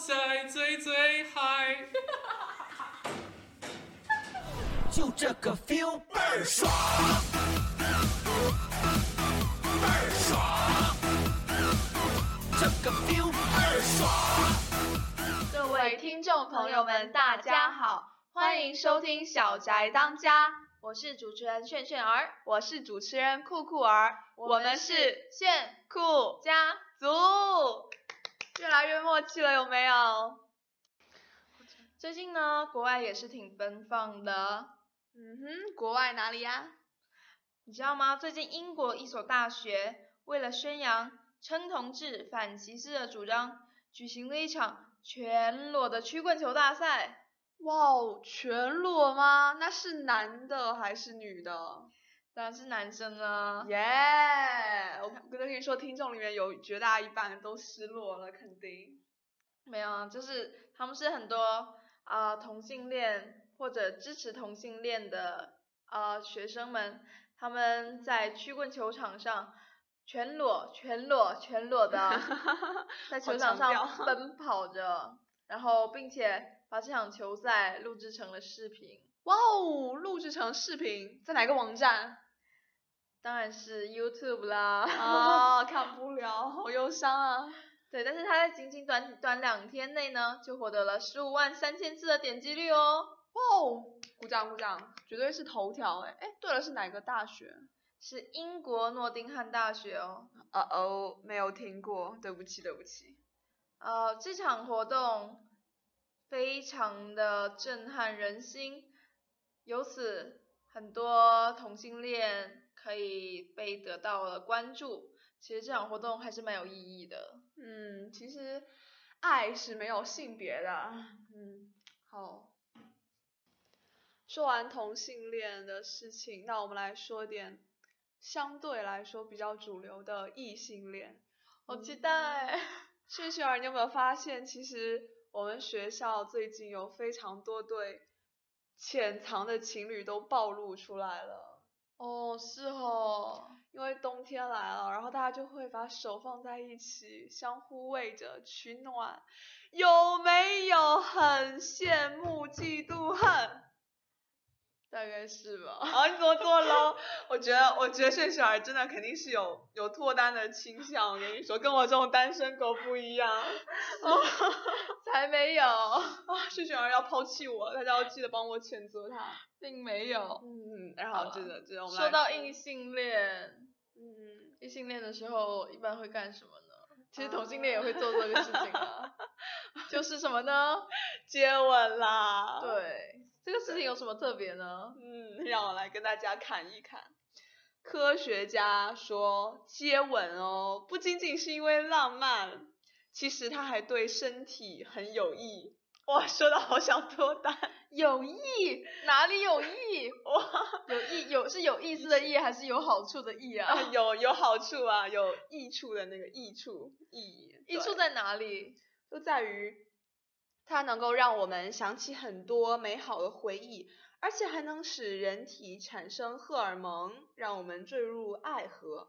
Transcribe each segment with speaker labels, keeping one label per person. Speaker 1: 在最最嗨。
Speaker 2: 就这个 feel 倍儿爽，倍儿爽，这个 feel 倍儿爽。
Speaker 3: 各位听众朋友们，大家好，欢迎收听《小宅当家》，我是主持人炫炫儿，我是主持人酷酷儿，我们是炫酷家族，越来越默契了，有没有？最近呢，国外也是挺奔放的。嗯哼，国外哪里啊呀？你知道吗？最近英国一所大学为了宣扬称同志反歧视的主张，举行了一场全裸的曲棍球大赛。哇哦，全裸吗？那是男的还是女的？当然是男生啊！耶、我跟跟你说，听众里面有绝大一半都失落了，肯定。没有啊，就是他们是很多啊、同性恋或者支持同性恋的啊、学生们，他们在曲棍球场上全裸、全裸、全裸 的在球场
Speaker 4: 好
Speaker 3: 上
Speaker 4: 强调
Speaker 3: 奔跑着，然后并且把这场球赛录制成了视频。哇哦，录制成视频在哪个网站？当然是 YouTube 啦。哦
Speaker 4: 啊，看不了，好忧伤啊！
Speaker 3: 对，但是他在仅仅短短两天内呢，就获得了十五万三千次的点击率哦。
Speaker 4: 哇哦，鼓掌鼓掌，绝对是头条
Speaker 3: 欸
Speaker 4: 哎！哎，对了，是哪个大学？
Speaker 3: 是英国诺丁汉大学哦。
Speaker 4: 呃哦，没有听过，对不起对不起。
Speaker 3: 呃，这场活动非常的震撼人心，由此很多同性恋可以被得到了关注。其实这场活动还是蛮有意义的。
Speaker 4: 嗯，其实爱是没有性别的。嗯，好。说完同性恋的事情，那我们来说点相对来说比较主流的异性恋。
Speaker 3: 好期 待！
Speaker 4: 炫炫儿，你有没有发现，其实我们学校最近有非常多对潜藏的情侣都暴露出来了。
Speaker 3: 哦，是哦。
Speaker 4: 因为冬天来了，然后大家就会把手放在一起，相互喂着取暖，有没有很羡慕、嫉妒、恨？
Speaker 3: 大概是吧。
Speaker 4: 啊，你怎么做喽？我觉得，我觉得炫炫儿真的肯定是有有脱单的倾向。我跟你说，跟我这种单身狗不一样。
Speaker 3: 才没有，
Speaker 4: 啊，炫炫儿要抛弃我，大家要记得帮我谴责他。
Speaker 3: 并没有。
Speaker 4: 嗯，然
Speaker 3: 好
Speaker 4: 后
Speaker 3: 了
Speaker 4: 真的，真的，我们
Speaker 3: 说
Speaker 4: 来
Speaker 3: 到异性恋，
Speaker 4: 嗯，
Speaker 3: 异性恋的时候一般会干什么呢？其实同性恋也
Speaker 4: 啊
Speaker 3: 会做这个事情啊，就是什么呢？
Speaker 4: 接吻啦。，
Speaker 3: 对，这个事情有什么特别 呢？
Speaker 4: 嗯，让我来跟大家侃一侃。科学家说，接吻哦，不仅仅是因为浪漫，其实它还对身体很有益。哇，说的好想脱单。
Speaker 3: 有益？哪里有益？
Speaker 4: 哇，
Speaker 3: 有益有是有意思的益还是有好处的益 啊？
Speaker 4: 有有好处啊，有益处的那个益处，益
Speaker 3: 益处
Speaker 4: 对
Speaker 3: 在哪里？
Speaker 4: 就在于它能够让我们想起很多美好的回忆，而且还能使人体产生荷尔蒙，让我们坠入爱河。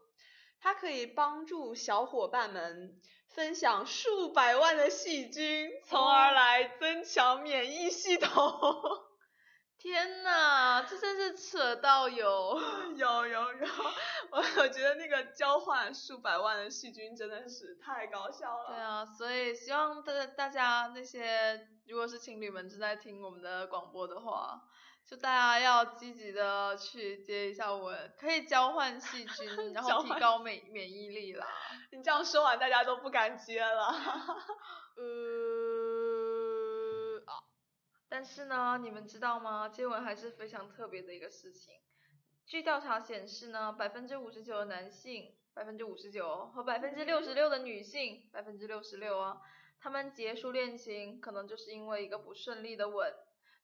Speaker 4: 它可以帮助小伙伴们分享数百万的细菌，从而来增强免疫系统。
Speaker 3: 天哪，这真是扯到有。
Speaker 4: 有有有， 我我觉得那个交换数百万的细菌真的是太搞笑了。
Speaker 3: 对啊，所以希望大大家那些如果是情侣们正在听我们的广播的话，就大家要积极的去接一下吻，可以交换细 菌，然后
Speaker 4: 交
Speaker 3: 提
Speaker 4: 换
Speaker 3: 高免免疫力啦。
Speaker 4: 你这样说完，大家都不敢接 了。
Speaker 3: 呃，啊，但是呢，你们知道吗？接吻还是非常特别的一个事情。据调查显示呢，百分之五十九的男性，百分之五十九和百分之六十六的女性，百分之六十六啊，他们结束恋情可能就是因为一个不顺利的吻，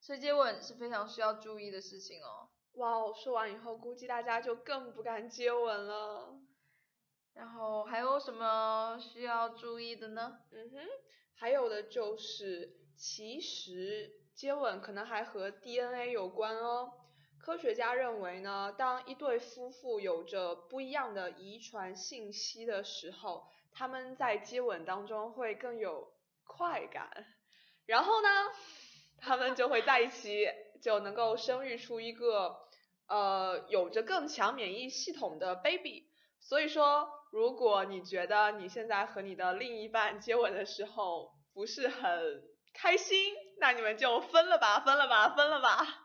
Speaker 3: 所以接吻是非常需要注意的事情哦。
Speaker 4: 哇哦，说完以后，估计大家就更不敢接吻了。
Speaker 3: 然后还有什么需要注意的呢？
Speaker 4: 嗯哼，还有的就是，其实接吻可能还和 DNA 有关哦。科学家认为呢，当一对夫妇有着不一样的遗传信息的时候，他们在接吻当中会更有快感，然后呢，他们就会在一起，就能够生育出一个呃有着更强免疫系统的 baby。所以说，如果你觉得你现在和你的另一半接吻的时候不是很开心，那你们就分了吧，分了吧，分了吧。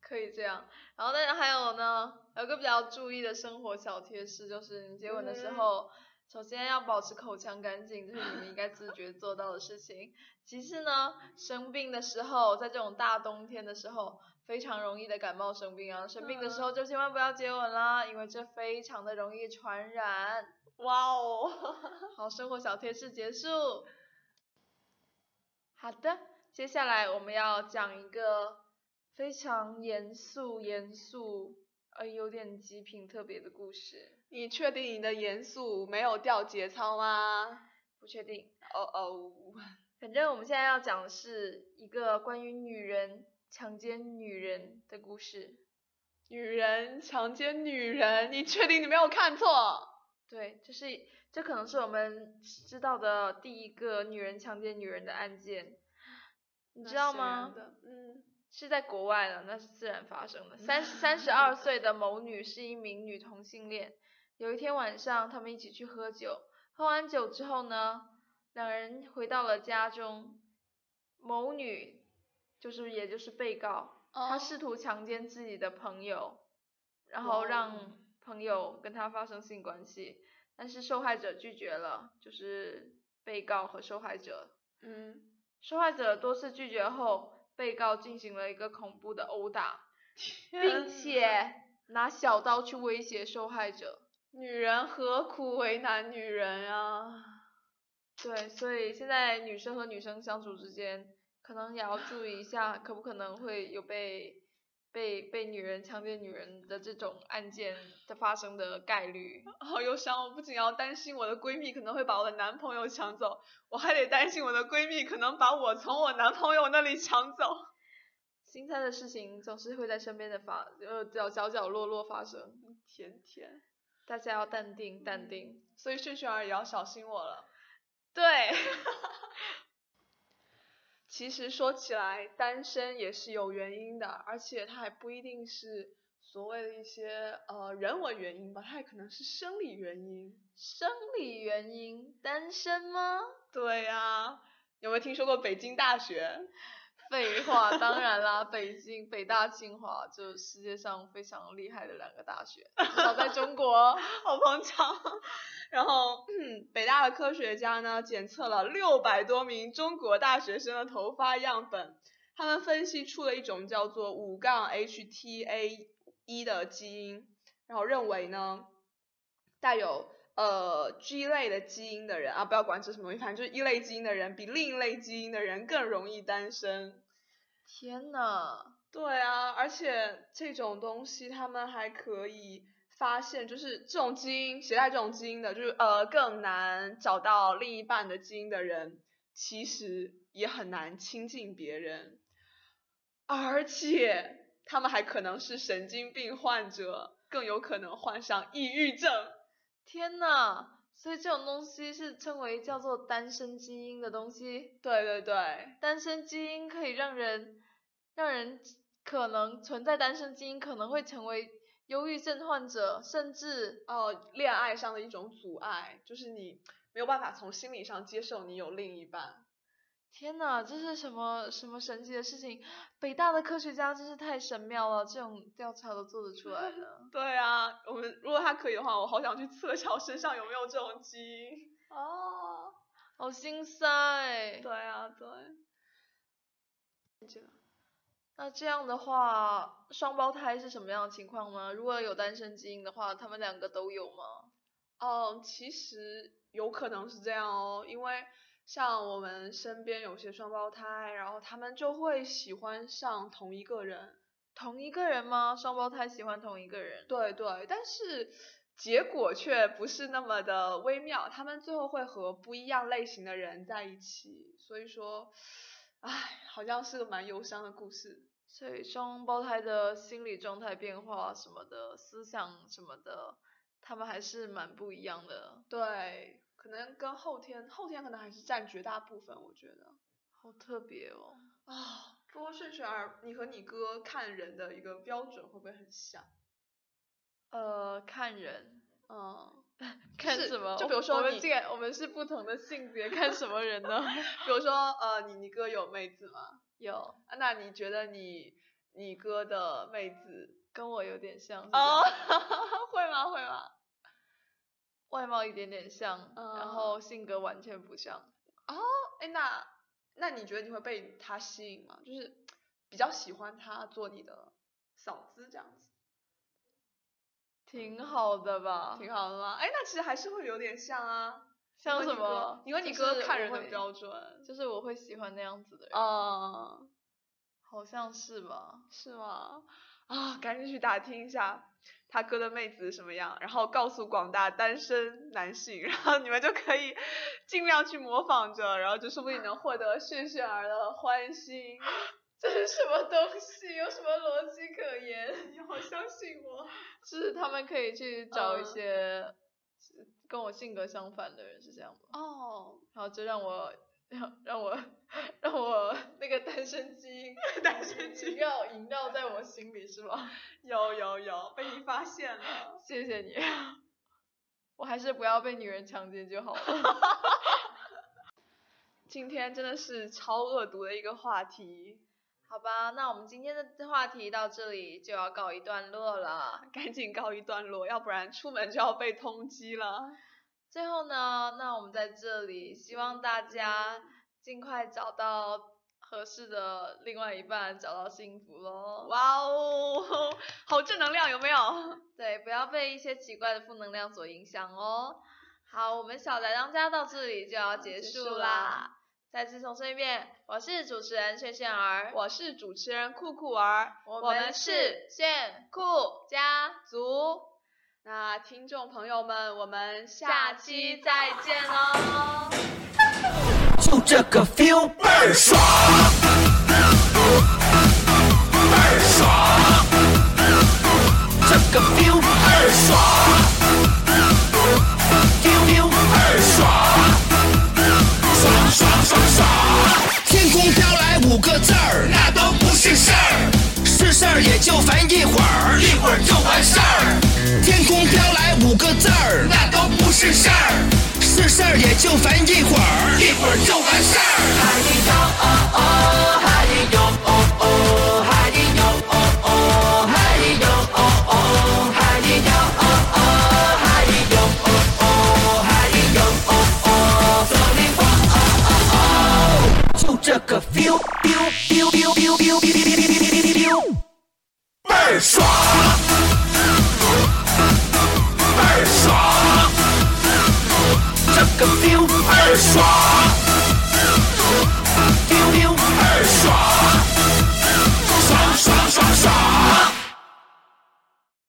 Speaker 3: 可以这样。然后，但是还有呢，有个比较注意的生活小贴士，就是你接吻的时候，首先要保持口腔干净，这是你们应该自觉做到的事情。其次呢，生病的时候，在这种大冬天的时候，非常容易的感冒生病啊，生病的时
Speaker 4: 嗯
Speaker 3: 候就千万不要接吻啦，因为这非常的容易传染。
Speaker 4: 哇哦，
Speaker 3: 好，生活小贴士结束。好的，接下来我们要讲一个非常严肃、严肃，呃，有点极品特别的故事。
Speaker 4: 你确定你的严肃没有掉节操吗？
Speaker 3: 不确定，
Speaker 4: 哦哦，
Speaker 3: 反正我们现在要讲的是一个关于女人强奸女人的故事。
Speaker 4: 女人强奸女人，你确定你没有看错？
Speaker 3: 对，这是这可能是我们知道的第一个女人强奸女人的案件，你知道吗？
Speaker 4: 那显然的？嗯，
Speaker 3: 是在国外的，那是自然发生的。三 三十二岁的某女是一名女同性恋，有一天晚上，他们一起去喝酒，喝完酒之后呢，两人回到了家中，某女就是也就是被告，她
Speaker 4: 哦
Speaker 3: 试图强奸自己的朋友，然
Speaker 4: 哇
Speaker 3: 后
Speaker 4: 哦
Speaker 3: 让朋友跟她发生性关系，但是受害者拒绝了，就是被告和受害者
Speaker 4: 嗯，
Speaker 3: 受害者多次拒绝后，被告进行了一个恐怖的殴打，
Speaker 4: 天啊
Speaker 3: 并
Speaker 4: 哪
Speaker 3: 且拿小刀去威胁受害者。
Speaker 4: 女人何苦为难女人啊？
Speaker 3: 对，所以现在女生和女生相处之间，可能也要注意一下，可不可能会有被被被女人强奸女人的这种案件的发生的概率。
Speaker 4: 好忧伤！我不仅要担心我的闺蜜可能会把我的男朋友抢走，我还得担心我的闺蜜可能把我从我男朋友那里抢走。
Speaker 3: 心塞的事情总是会在身边的发呃角角角落落发生，
Speaker 4: 甜甜，
Speaker 3: 大家要淡定淡定。
Speaker 4: 所以炫炫儿也要小心我
Speaker 3: 嗯
Speaker 4: 了。
Speaker 3: 对，
Speaker 4: 其实说起来，单身也是有原因的，而且它还不一定是所谓的一些呃人为原因吧，它也可能是生理原因。
Speaker 3: 生理原因，单身吗？
Speaker 4: 对呀、有没有听说过北京大学？
Speaker 3: 废话，当然啦，北京北大、清华，就世界上非常厉害的两个大学，至少在中 国。
Speaker 4: 好捧场。然后、嗯北大的科学家呢，检测了六百多名中国大学生的头发样本，他们分析出了一种叫做五杠 HTA 一的基因，然后认为呢，带有呃 G 类的基因的人啊，不要管这是什么东西，反正就是一类基因的人比另一类基因的人更容易单身。
Speaker 3: 天呐，
Speaker 4: 对啊，而且这种东西他们还可以发现，就是这种基因携带这种基因的，就是呃更难找到另一半的基因的人，其实也很难亲近别人，而且他们还可能是神经病患者，更有可能患上抑郁症。
Speaker 3: 天呐！所以这种东西是称为叫做单身基因的东西，
Speaker 4: 对对对，
Speaker 3: 单身基因可以让人让人可能存在单身基因可能会成为忧郁症患者，甚至
Speaker 4: 哦，恋爱上的一种阻碍，就是你没有办法从心理上接受你有另一半。
Speaker 3: 天呐，这是什么什么神奇的事情？北大的科学家真是太神妙了，这种调查都做得出来的。
Speaker 4: 对啊，我们如果他可以的话，我好想去测一下我身上有没有这种基因。 哦，
Speaker 3: 好心塞。
Speaker 4: 对啊，对。
Speaker 3: 那这样的话，双胞胎是什么样的情况呢？如果有单身基因的话，他们两个都有吗？
Speaker 4: 嗯，其实有可能是这样哦，因为像我们身边有些双胞胎，然后他们就会喜欢上同一个人。
Speaker 3: 同一个人吗？双胞胎喜欢同一个人？
Speaker 4: 对对，但是结果却不是那么的微妙，他们最后会和不一样类型的人在一起。所以说，唉，好像是个蛮忧伤的故事。
Speaker 3: 所以双胞胎的心理状态变化什么的，思想什么的，他们还是蛮不一样的。
Speaker 4: 对，可能跟后天，后天可能还是占绝大部分，我觉得。
Speaker 3: 好特别哦。
Speaker 4: 啊、不过顺顺儿，你和你哥看人的一个标准会不会很像？
Speaker 3: 呃，看人，
Speaker 4: 嗯，
Speaker 3: 看
Speaker 4: 是
Speaker 3: 什么？
Speaker 4: 就
Speaker 3: 我
Speaker 4: 比如说
Speaker 3: 我们
Speaker 4: 你
Speaker 3: 这个我们是不同的性别，看什么人呢？
Speaker 4: 比如说呃，你你哥有妹子吗？
Speaker 3: 有
Speaker 4: 啊那你觉得你你哥的妹子
Speaker 3: 跟我有点像是
Speaker 4: 哦
Speaker 3: 吧，
Speaker 4: 会吗？会吗？
Speaker 3: 外貌一点点像，然
Speaker 4: 嗯
Speaker 3: 后性格完全不像。
Speaker 4: 哎，那那你觉得你会被他吸引吗？就是比较喜欢他做你的嫂子这样子，
Speaker 3: 挺好的吧？
Speaker 4: 挺好的吗？哎，那其实还是会有点像啊。你
Speaker 3: 像
Speaker 4: 和
Speaker 3: 什
Speaker 4: 你哥
Speaker 3: 么？
Speaker 4: 你和你
Speaker 3: 就
Speaker 4: 哥
Speaker 3: 是
Speaker 4: 看
Speaker 3: 我
Speaker 4: 人的
Speaker 3: 会
Speaker 4: 标准
Speaker 3: 就是我会喜欢那样子的人，
Speaker 4: 啊、
Speaker 3: 好像是吧？
Speaker 4: 是吗？啊，赶紧去打听一下他哥的妹子什么样，然后告诉广大单身男性，然后你们就可以尽量去模仿着，然后就说不定能获得炫炫儿的欢心。
Speaker 3: 这是什么东西？有什么逻辑可言？
Speaker 4: 你好，相信我。
Speaker 3: 就是他们可以去找一
Speaker 4: 嗯
Speaker 3: 些跟我性格相反的人，是这样吗？
Speaker 4: 哦，
Speaker 3: 然后就让我让让我让我那个单身基 因
Speaker 4: 单身基因
Speaker 3: 萦绕萦绕在我心里是吗？
Speaker 4: 有有有，被你发现了。
Speaker 3: 谢谢你，我还是不要被女人强奸就好了。
Speaker 4: 今天真的是超恶毒的一个话题，
Speaker 3: 好吧，那我们今天的话题到这里就要告一段落了。
Speaker 4: 赶紧告一段落，要不然出门就要被通缉了。
Speaker 3: 最后呢，那我们在这里希望大家尽快找到合适的另外一半，找到幸福喽。
Speaker 4: 哇 哦，好正能量有没有？
Speaker 3: 对，不要被一些奇怪的负能量所影响哦。好，我们小宅当家到这里就要结
Speaker 4: 结
Speaker 3: 束
Speaker 4: 束
Speaker 3: 啦
Speaker 4: 啦。
Speaker 3: 再次重申一遍，我是主持人炫炫儿，
Speaker 4: 我是主持人酷酷儿，
Speaker 3: 我
Speaker 4: 我
Speaker 3: 们
Speaker 4: 们
Speaker 3: 是炫
Speaker 4: 酷
Speaker 3: 家
Speaker 4: 族。那听众朋友们，我们
Speaker 3: 下
Speaker 4: 下期
Speaker 3: 期
Speaker 4: 再。
Speaker 3: 再 见喽。
Speaker 2: 就这个 feel 倍儿爽，倍儿爽，这个 feel 倍儿爽，feel feel 倍儿爽，爽爽爽爽。天空飘来五个字儿，那都不是事儿，是事儿也就烦一会儿，一会儿就完事儿。天空飘来五个字儿，那都不是事儿，是事儿也就烦一会儿，一会儿就完事儿。嗨哟哦哦，嗨哟哦哦，嗨哟哦哦，嗨哟哦哦，嗨哟哦哦，嗨哟哦哦，嗨哟哦哦，Falling for。就这个 feel feel feel feel feel feel feel feel feel feel，倍儿爽，倍儿爽，这个 feel 倍儿爽。